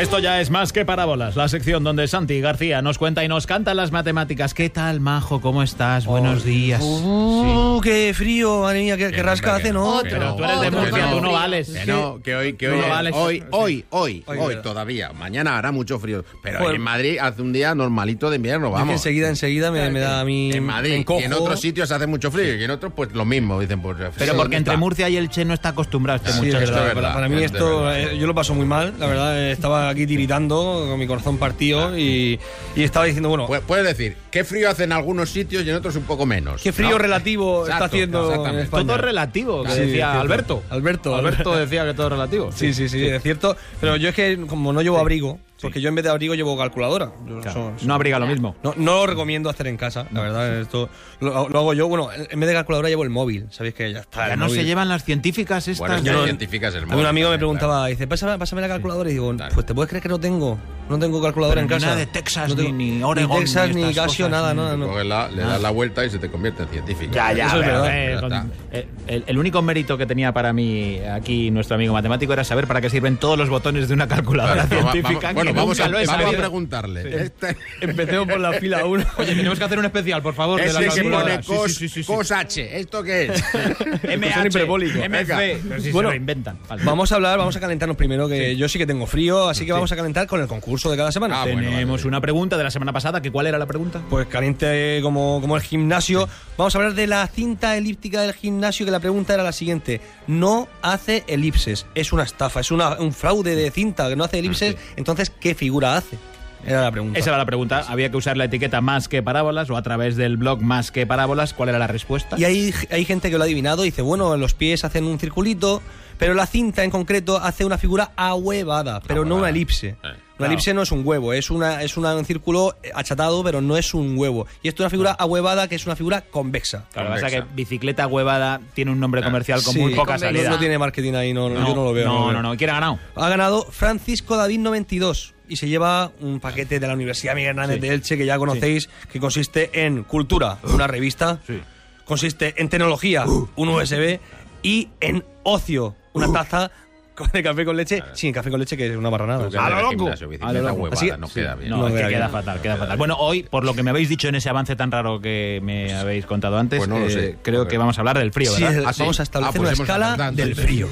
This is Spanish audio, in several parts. Esto ya es más que parábolas, la sección donde Santi García nos cuenta y nos canta las matemáticas. ¿Qué tal, Majo? ¿Cómo estás? Buenos días. Uh, qué frío, madre mía, qué, qué Bien, rasca hombre, hace, ¿no? que- Pero tú eres de Otro, Murcia, otro. tú no vales. Que no, que hoy, que No hoy, lo es- vales. hoy, hoy, hoy, Hoy, hoy, verdad. todavía. Mañana hará mucho frío. Pero Joder. en Madrid hace un día normalito de invierno, Es que vamos. enseguida, enseguida me, me da a mí. En me Madrid encojo. y en otros sitios hace mucho frío y en otros pues lo mismo, dicen. Pues, Pero porque entre Murcia y el Che no está acostumbrado este Sí, muchacho. es verdad, es verdad, para, para mí es esto, verdad. eh, yo lo paso muy mal, la verdad, eh, estaba aquí tiritando, con mi corazón partido y, y estaba diciendo, bueno, Pues, puedes decir, qué frío hace en algunos sitios y en otros un poco menos. qué frío ¿no? relativo está Exacto, haciendo en exactamente. España. Todo es relativo, que Sí, es decía cierto. Alberto. Alberto. Alberto decía que todo es relativo. Sí, sí, sí, es cierto, pero yo es que como no llevo abrigo, porque yo en vez de abrigo llevo calculadora. Yo Claro, so- No abriga lo mismo. No, no lo recomiendo hacer en casa, la verdad. Esto lo, lo hago yo. Bueno, en vez de calculadora llevo el móvil. Sabéis que ya está. Ya el no se móvil. llevan las científicas Bueno, estas. es que de- identificas el A mí móvil, un amigo me claro. preguntaba, dice, pásame, pásame la calculadora. Y digo, Claro. pues te puedes creer que no tengo. No tengo calculadora Pero en ni casa. nada de Texas, No tengo- ni- ni Oregon, Ni Texas, ni ni, estas Casio, cosas, nada, ni- nada. no. Coges la- le das la vuelta y se te convierte en científico. Ya, ya, Eso es pero, verdad. eh, Ya con- está. eh, el, el único mérito que tenía para mí aquí nuestro amigo matemático era saber para qué sirven todos los botones de una calculadora Claro, pues, vamos- científica. que bueno, vamos, nunca a, lo he vamos a sabido. preguntarle. Este- Empecemos por la fila 1. Oye, tenemos que hacer un especial, por favor, de Ese la que pone calculadora. Sí, cos, sí, sí, sí, sí. cos H, ¿esto qué es? MH, hiperbólico. MC. Pero si se Bueno, lo inventan. Vale. Vamos a hablar, vamos a calentarnos primero, que yo sí que tengo frío, así que vamos a calentar con el concurso de cada semana. Ah, bueno, Tenemos una pregunta de la semana pasada, que ¿cuál era la pregunta? Pues caliente como, como el gimnasio. Vamos a hablar de la cinta elíptica del gimnasio, que la pregunta era la siguiente. No hace elipses. Es una estafa, es una- un fraude de cinta que no hace elipses. Entonces, ¿qué figura hace? Era la pregunta. Ah, Esa era la pregunta. Había que usar la etiqueta más que parábolas o a través del blog más que parábolas. ¿Cuál era la respuesta? Y hay, hay gente que lo ha adivinado y dice, bueno, los pies hacen un circulito, pero la cinta en concreto hace una figura ahuevada, pero no una elipse. Una Eh, claro. elipse no es un huevo, es, una, es una- un círculo achatado, pero no es un huevo. Y esto es una figura ahuevada que es una figura convexa. Claro, lo que pasa es que Convexa. bicicleta huevada tiene un nombre comercial con Sí. muy poca No- salida. No, tiene marketing ahí, no, no, yo no lo veo. No, lo veo. no, no. ¿Quién ha ganado? Ha ganado Francisco David 92 y se lleva un paquete de la Universidad Miguel Hernández Sí. de Elche que ya conocéis, que consiste en Cultura, una revista, Sí. consiste en Tecnología, un USB, y en Ocio, una taza con- de café con leche, sin café con leche que es una barranada. A lo loco. A lo loco. Así- no sí. queda bien. No, No es que queda queda bien. fatal, queda fatal. Bueno, hoy, por lo que me habéis dicho en ese avance tan raro que me habéis contado antes, Pues no lo eh, sé. creo que vamos a hablar del frío, Sí, ¿verdad? el- Ah, sí. Vamos a establecer Ah, pues una hemos escala adelantado, del sí. frío.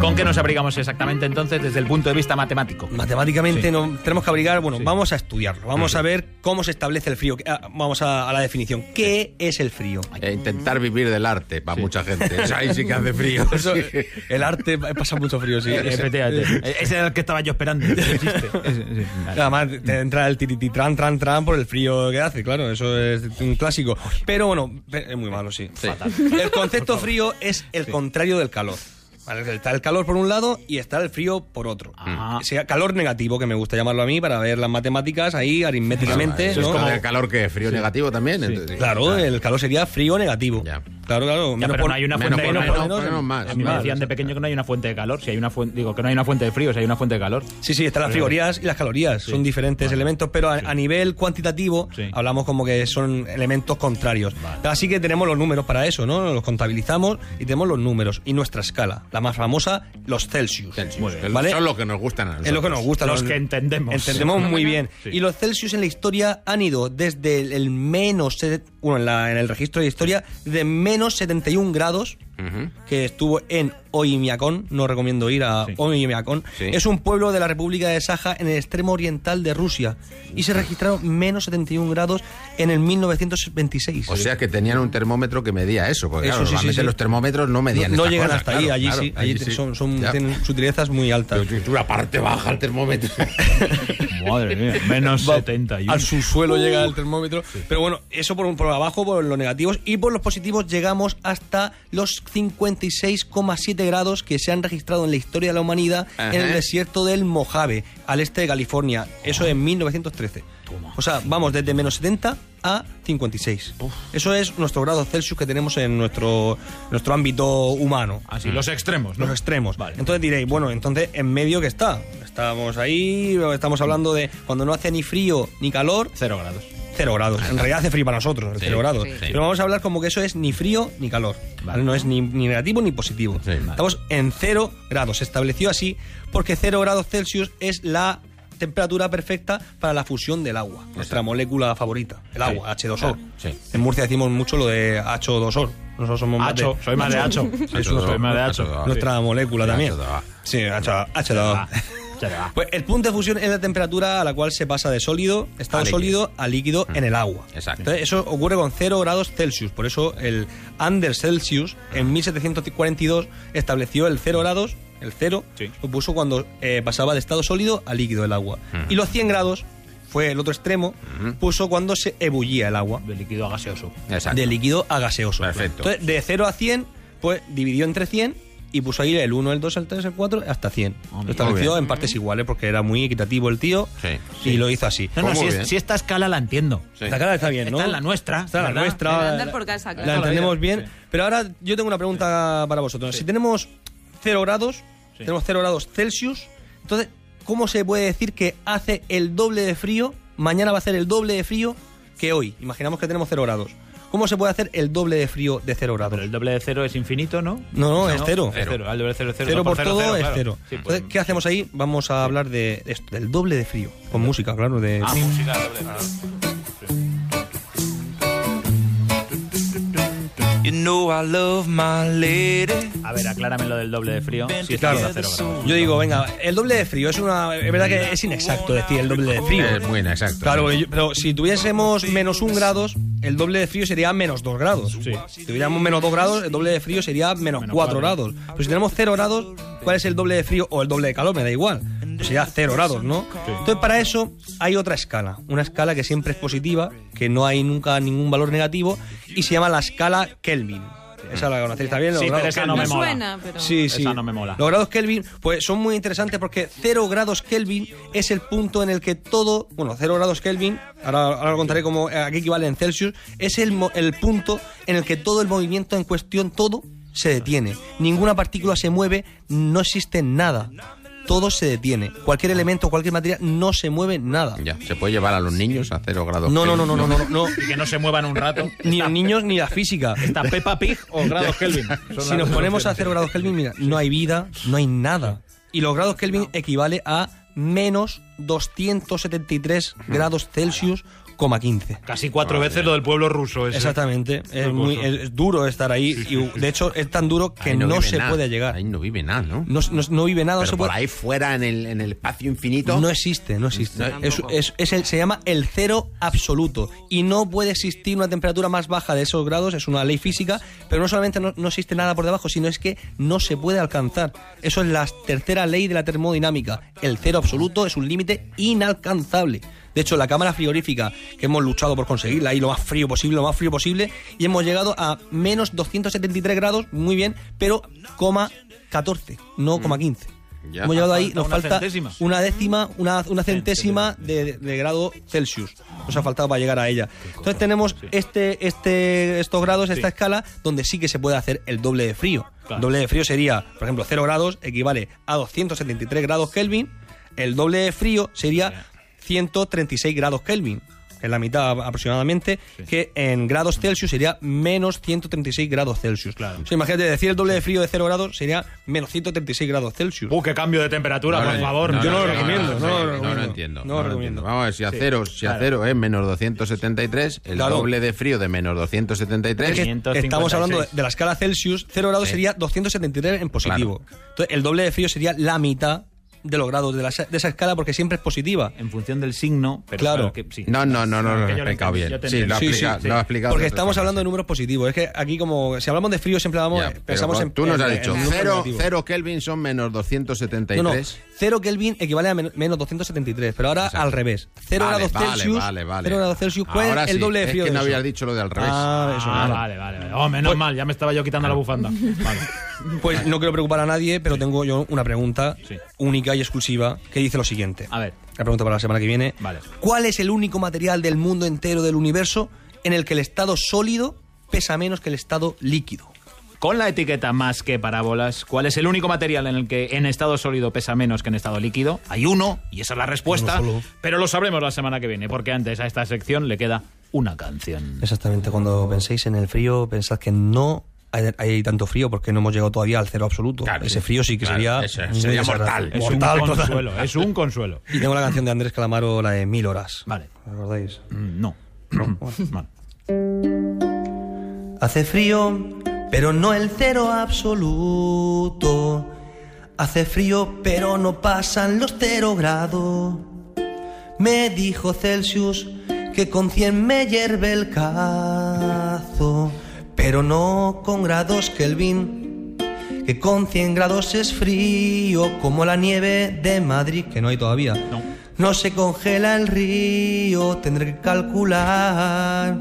¿Con qué nos abrigamos exactamente entonces desde el punto de vista matemático? Matemáticamente Sí. no, tenemos que abrigar, bueno, vamos a estudiarlo, vamos a ver cómo se establece el frío, que- ah, vamos a, a la definición. ¿Qué es el frío? E intentar vivir del arte para mucha gente. Eso ahí sí que hace frío. Eso, sí. el arte pasa mucho frío, sí. Eh, Efectivamente. Ese era el que estaba yo esperando. Ese chiste. Ese, sí. Vale. Además, te entra el tirititran, tran, tran por el frío que hace, claro, eso es un clásico. Pero bueno, pe- es muy malo, sí. Sí. El concepto frío es el contrario del calor. Vale, Está el calor por un lado y está el frío por otro. Ah. O sea, calor negativo, que me gusta llamarlo a mí, para ver las matemáticas ahí aritméticamente. Eso es ¿no? como Como- el calor que es frío negativo también. entonces- Claro, eh, el calor sería frío negativo. Ya. Claro, claro. Ya, menos pero por- no hay una menos fuente de por calor. menos, menos, por menos más. A mí me decían de pequeño que no hay una fuente de calor. Si hay una fuente, digo que no hay una fuente de frío, si hay una fuente de calor. Sí, sí, están las frigorías y las calorías. Son diferentes elementos, pero a, a nivel cuantitativo Sí. hablamos como que son elementos contrarios. Así que tenemos los números para eso, ¿no? Los contabilizamos y tenemos los números y nuestra escala. La más famosa, los Celsius. Celsius, que ¿Vale? Son los que nos gustan a nosotros. Es lo que nos gusta. Los que entendemos. Entendemos Sí. muy bien. Sí. Y los Celsius en la historia han ido desde el, el menos... set- Bueno, en, la- en el registro de historia, de menos 71 grados, que estuvo en Oymyakon. No recomiendo ir a Sí. Oymyakon. Sí. Es un pueblo de la República de Saja en el extremo oriental de Rusia. Y se registraron menos 71 grados en el 1926. O sea que tenían un termómetro que medía eso. Porque Eso claro, sí, sí, normalmente sí. los termómetros no no, medían no estas llegan cosas, hasta claro, ahí, allí claro, sí, allí sí. son, son- Ya. tienen sutilezas muy altas. Pero Una parte baja el termómetro. Madre mía, menos Va- 71. Al subsuelo llega el termómetro. Pero bueno, eso por, por abajo, por los negativos. Y por los positivos llegamos hasta los 56,7 17 grados que se han registrado en la historia de la humanidad Ajá. en el desierto del Mojave, al este de California. Eso en 1913. Toma. O sea, vamos desde menos 70 a 56. Eso es nuestro grado Celsius que tenemos en nuestro, nuestro ámbito humano. Así, los extremos, ¿no? Los extremos. Vale. Entonces diréis, bueno, entonces en medio que está. Estamos ahí, estamos hablando de cuando no hace ni frío ni calor, Cero grados. cero grados. En realidad hace frío para nosotros, el Sí, cero grados. sí. Pero vamos a hablar como que eso es ni frío ni calor. Vale. No es ni, ni negativo ni positivo. Sí, vale. Estamos en cero grados. Se estableció así porque cero grados Celsius es la temperatura perfecta para la fusión del agua, nuestra molécula favorita, el agua, H2O. claro, sí. En Murcia decimos mucho lo de H2O. Nosotros somos más de- Hacho, soy más de hacho. Hacho, Soy más de hacho. hacho, nuestra molécula Sí, también. H2O. Sí, H2O. H2O. Ah, ya le va. Pues el punto de fusión es la temperatura a la cual se pasa de sólido, estado A líquido. Mm. sólido, a líquido en el agua. Exacto. Entonces, eso ocurre con 0 grados Celsius. Por eso el Under Celsius en 1742 estableció el 0 grados, el 0, Sí. lo puso cuando eh, pasaba de estado sólido a líquido el agua. Y los 100 grados fue el otro extremo, puso cuando se ebullía el agua De líquido a gaseoso. Exacto. de líquido a gaseoso. Perfecto. Entonces, de 0 a 100, pues dividió entre 100 y puso ahí el 1, el 2, el 3, el 4, hasta 100. Hombre. lo estableció Muy bien. en partes iguales porque era muy equitativo el tío Sí, y lo hizo así. No, no, Pues muy si, es- bien. si esta escala la entiendo. Sí. La cara está bien, ¿no? Esta es la nuestra, Esta es la ¿verdad? nuestra. El andar por casa, claro. La entendemos Sí. bien. Pero ahora yo tengo una pregunta para vosotros. Si tenemos 0 grados, Sí. tenemos 0 grados Celsius, entonces, ¿cómo se puede decir que hace el doble de frío? Mañana va a hacer el doble de frío que hoy. Imaginamos que tenemos 0 grados. ¿Cómo se puede hacer el doble de frío de 0 grados? Pero el doble de cero es infinito, ¿no? No, no, es cero. Es cero. Ah, El doble de cero es cero. Cero no, por, cero, todo cero, es claro. cero. Sí, pues, Entonces, ¿qué hacemos ahí? Vamos a hablar de esto, del doble de frío. Con música, claro, de... Ah, música doble de cero. You know I love my lady. A ver, aclárame lo del doble de frío. Si es Claro. igual a cero grados. Yo digo, venga, el doble de frío es una... Es verdad que es inexacto decir el doble de frío. Es muy inexacto. Claro, porque yo- pero si tuviésemos menos un grados, el doble de frío sería menos dos grados. Si tuviéramos menos dos grados, el doble de frío sería menos Menos cuatro cuatro. grados. Pero si tenemos cero grados, ¿cuál es el doble de frío o el doble de calor? Me da igual. Pues sería cero grados, ¿no? Entonces, para eso hay otra escala. Una escala que siempre es positiva, que no hay nunca ningún valor negativo, y se llama la escala Kelvin. Esa la conocéis también. los Sí, pero grados esa Kelvin. no me No mola. suena, pero. Sí, Esa sí. no me mola. Los grados Kelvin, pues son muy interesantes porque 0 grados Kelvin es el punto en el que todo, bueno, 0 grados Kelvin, ahora, ahora lo contaré como a qué equivale en Celsius, es el, mo- el punto en el que todo el movimiento en cuestión, todo, se detiene. Ninguna partícula se mueve, no existe nada. Todo se detiene. Cualquier elemento, cualquier materia, no se mueve nada. Ya, se puede llevar a los niños a cero grados. No, no, no, Kelvin, no, no, no, no. no. Y que no se muevan un rato. Ni los niños ni la física. ¿Está Peppa Pig o grados Kelvin? Son las si dos nos ponemos a opciones. 0 grados Kelvin, mira, no hay vida, no hay nada. Y los grados Kelvin equivale a menos 273 grados Celsius, coma 15. Casi cuatro veces lo del pueblo ruso. ese. Exactamente, es, muy, es- es duro estar ahí y de hecho es tan duro que Ahí no, vive se nada. puede llegar. Ahí no vive nada, ¿no? No, no- no vive nada, no Pero se por puede- ahí fuera, en el, en el espacio infinito. No existe, no existe. No, Es- es- es el- se llama el cero absoluto. Y no puede existir una temperatura más baja de esos grados, es una ley física, pero no solamente no, no existe nada por debajo, sino es que no se puede alcanzar. Eso es la tercera ley de la termodinámica. El cero absoluto es un límite inalcanzable. De hecho, la cámara frigorífica, que hemos luchado por conseguirla ahí lo más frío posible, lo más frío posible, y hemos llegado a menos 273 grados, muy bien, pero coma 14, no coma 15. Ya. Hemos llegado ahí, Falta nos una falta centésima. una décima, una, una centésima de, de grado Celsius. Nos ha faltado para llegar a ella. Entonces tenemos este, este, estos grados, esta escala, donde sí que se puede hacer el doble de frío. Claro. El doble de frío sería, por ejemplo, 0 grados equivale a 273 grados Kelvin. El doble de frío sería 136 grados Kelvin, que es la mitad aproximadamente, que en grados Celsius sería menos 136 grados Celsius. Claro. O sea, imagínate, decir el doble de frío de 0 grados sería menos 136 grados Celsius. Uh, qué cambio de temperatura, No, por no, favor. yo no lo no, recomiendo, no lo sí, recomiendo. No lo entiendo. No no lo lo recomiendo. entiendo. Vamos a ver, si a cero, si a claro. cero es menos 273, el Claro. doble de frío de menos 273. Es que 556. estamos hablando de, de la escala Celsius, 0 grados sería 273 en positivo. Entonces, el doble de frío sería la mitad de los grados de, la- de esa escala porque siempre es positiva. En función del signo, pero Claro. que sí. No, no, no, no, lo que he yo lo explicado entendí, bien. yo te Sí, entendí. lo ha Sí, sí, explicado. sí. lo ha explicado Porque de otra estamos forma, hablando de sí. números positivos. Es que aquí, como si hablamos de frío, siempre hablamos, Ya, pero pensamos con- en. Tú nos en- has en dicho, números 0 negativos. cero Kelvin son menos 273. No, no, 0 Kelvin equivale a men- menos 273, pero ahora Exacto. al revés. 0 Vale, grados vale, Celsius. Vale, vale. 0 grados Celsius, ¿cuál Ahora es el sí, doble de frío? Es que de no eso? habías dicho lo de al revés. Ah, eso, Ah, vale, vale. vale, vale. Oh, menos mal, ya me estaba yo quitando la bufanda. Vale. Pues no quiero preocupar a nadie, pero tengo yo una pregunta Sí. única y exclusiva que dice lo siguiente. A ver. La pregunta para la semana que viene. Vale. ¿Cuál es el único material del mundo entero del universo en el que el estado sólido pesa menos que el estado líquido? Con la etiqueta más que parábolas, ¿cuál es el único material en el que en estado sólido pesa menos que en estado líquido? Hay uno, y esa es la respuesta, Uno solo. pero lo sabremos la semana que viene, porque antes a esta sección le queda una canción. Exactamente, cuando penséis en el frío, pensad que no hay, hay tanto frío porque no hemos llegado todavía al cero absoluto. Claro, Ese frío sí que claro, sería... eso, muy sería desagradable. mortal. Es un Mortal, total. consuelo, es un consuelo. Y tengo la canción de Andrés Calamaro, la de Mil Horas. Vale. ¿Os acordáis? Mm, No. Vale. Hace frío, pero no el cero absoluto. Hace frío, pero no pasan los cero grados. Me dijo Celsius que con 100 me hierve el cazo, pero no con grados Kelvin, que con 100 grados es frío, como la nieve de Madrid, que no hay todavía. No. No se congela el río, tendré que calcular.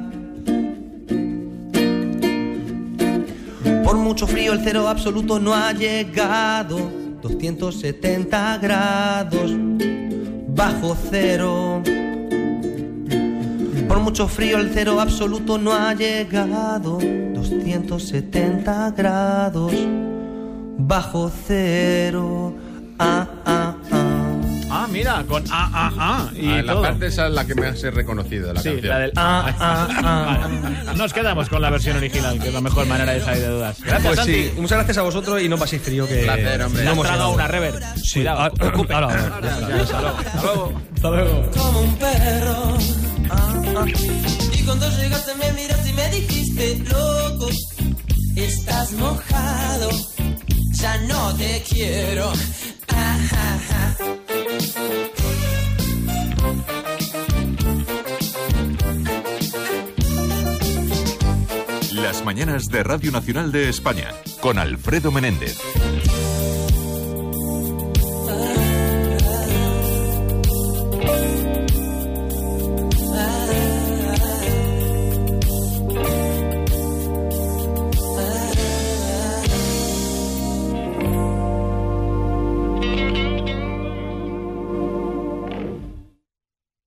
Por mucho frío el cero absoluto no ha llegado. 270 grados bajo cero. Por mucho frío el cero absoluto no ha llegado. 270 grados bajo cero. Ah, ah, ah. Ah, mira, con ah, ah, ah. Y Ah, la todo. parte esa es la que me hace reconocido de la Sí, canción. la del ah, ah, ah. Vale. Nos quedamos con la versión original, que es la mejor manera de salir de dudas. Gracias, Pues Santi. sí, muchas gracias a vosotros y no paséis frío que Placer, hombre. Te no has hemos tragado llegado. una rever. Sí, Cuidado. ah, ahora, ahora. Hasta luego. como un perro. Ah, ah. Y cuando llegaste me miraste y me dijiste, loco, estás mojado, ya no te quiero. Ah, ah, ah. Las mañanas de Radio Nacional de España con Alfredo Menéndez.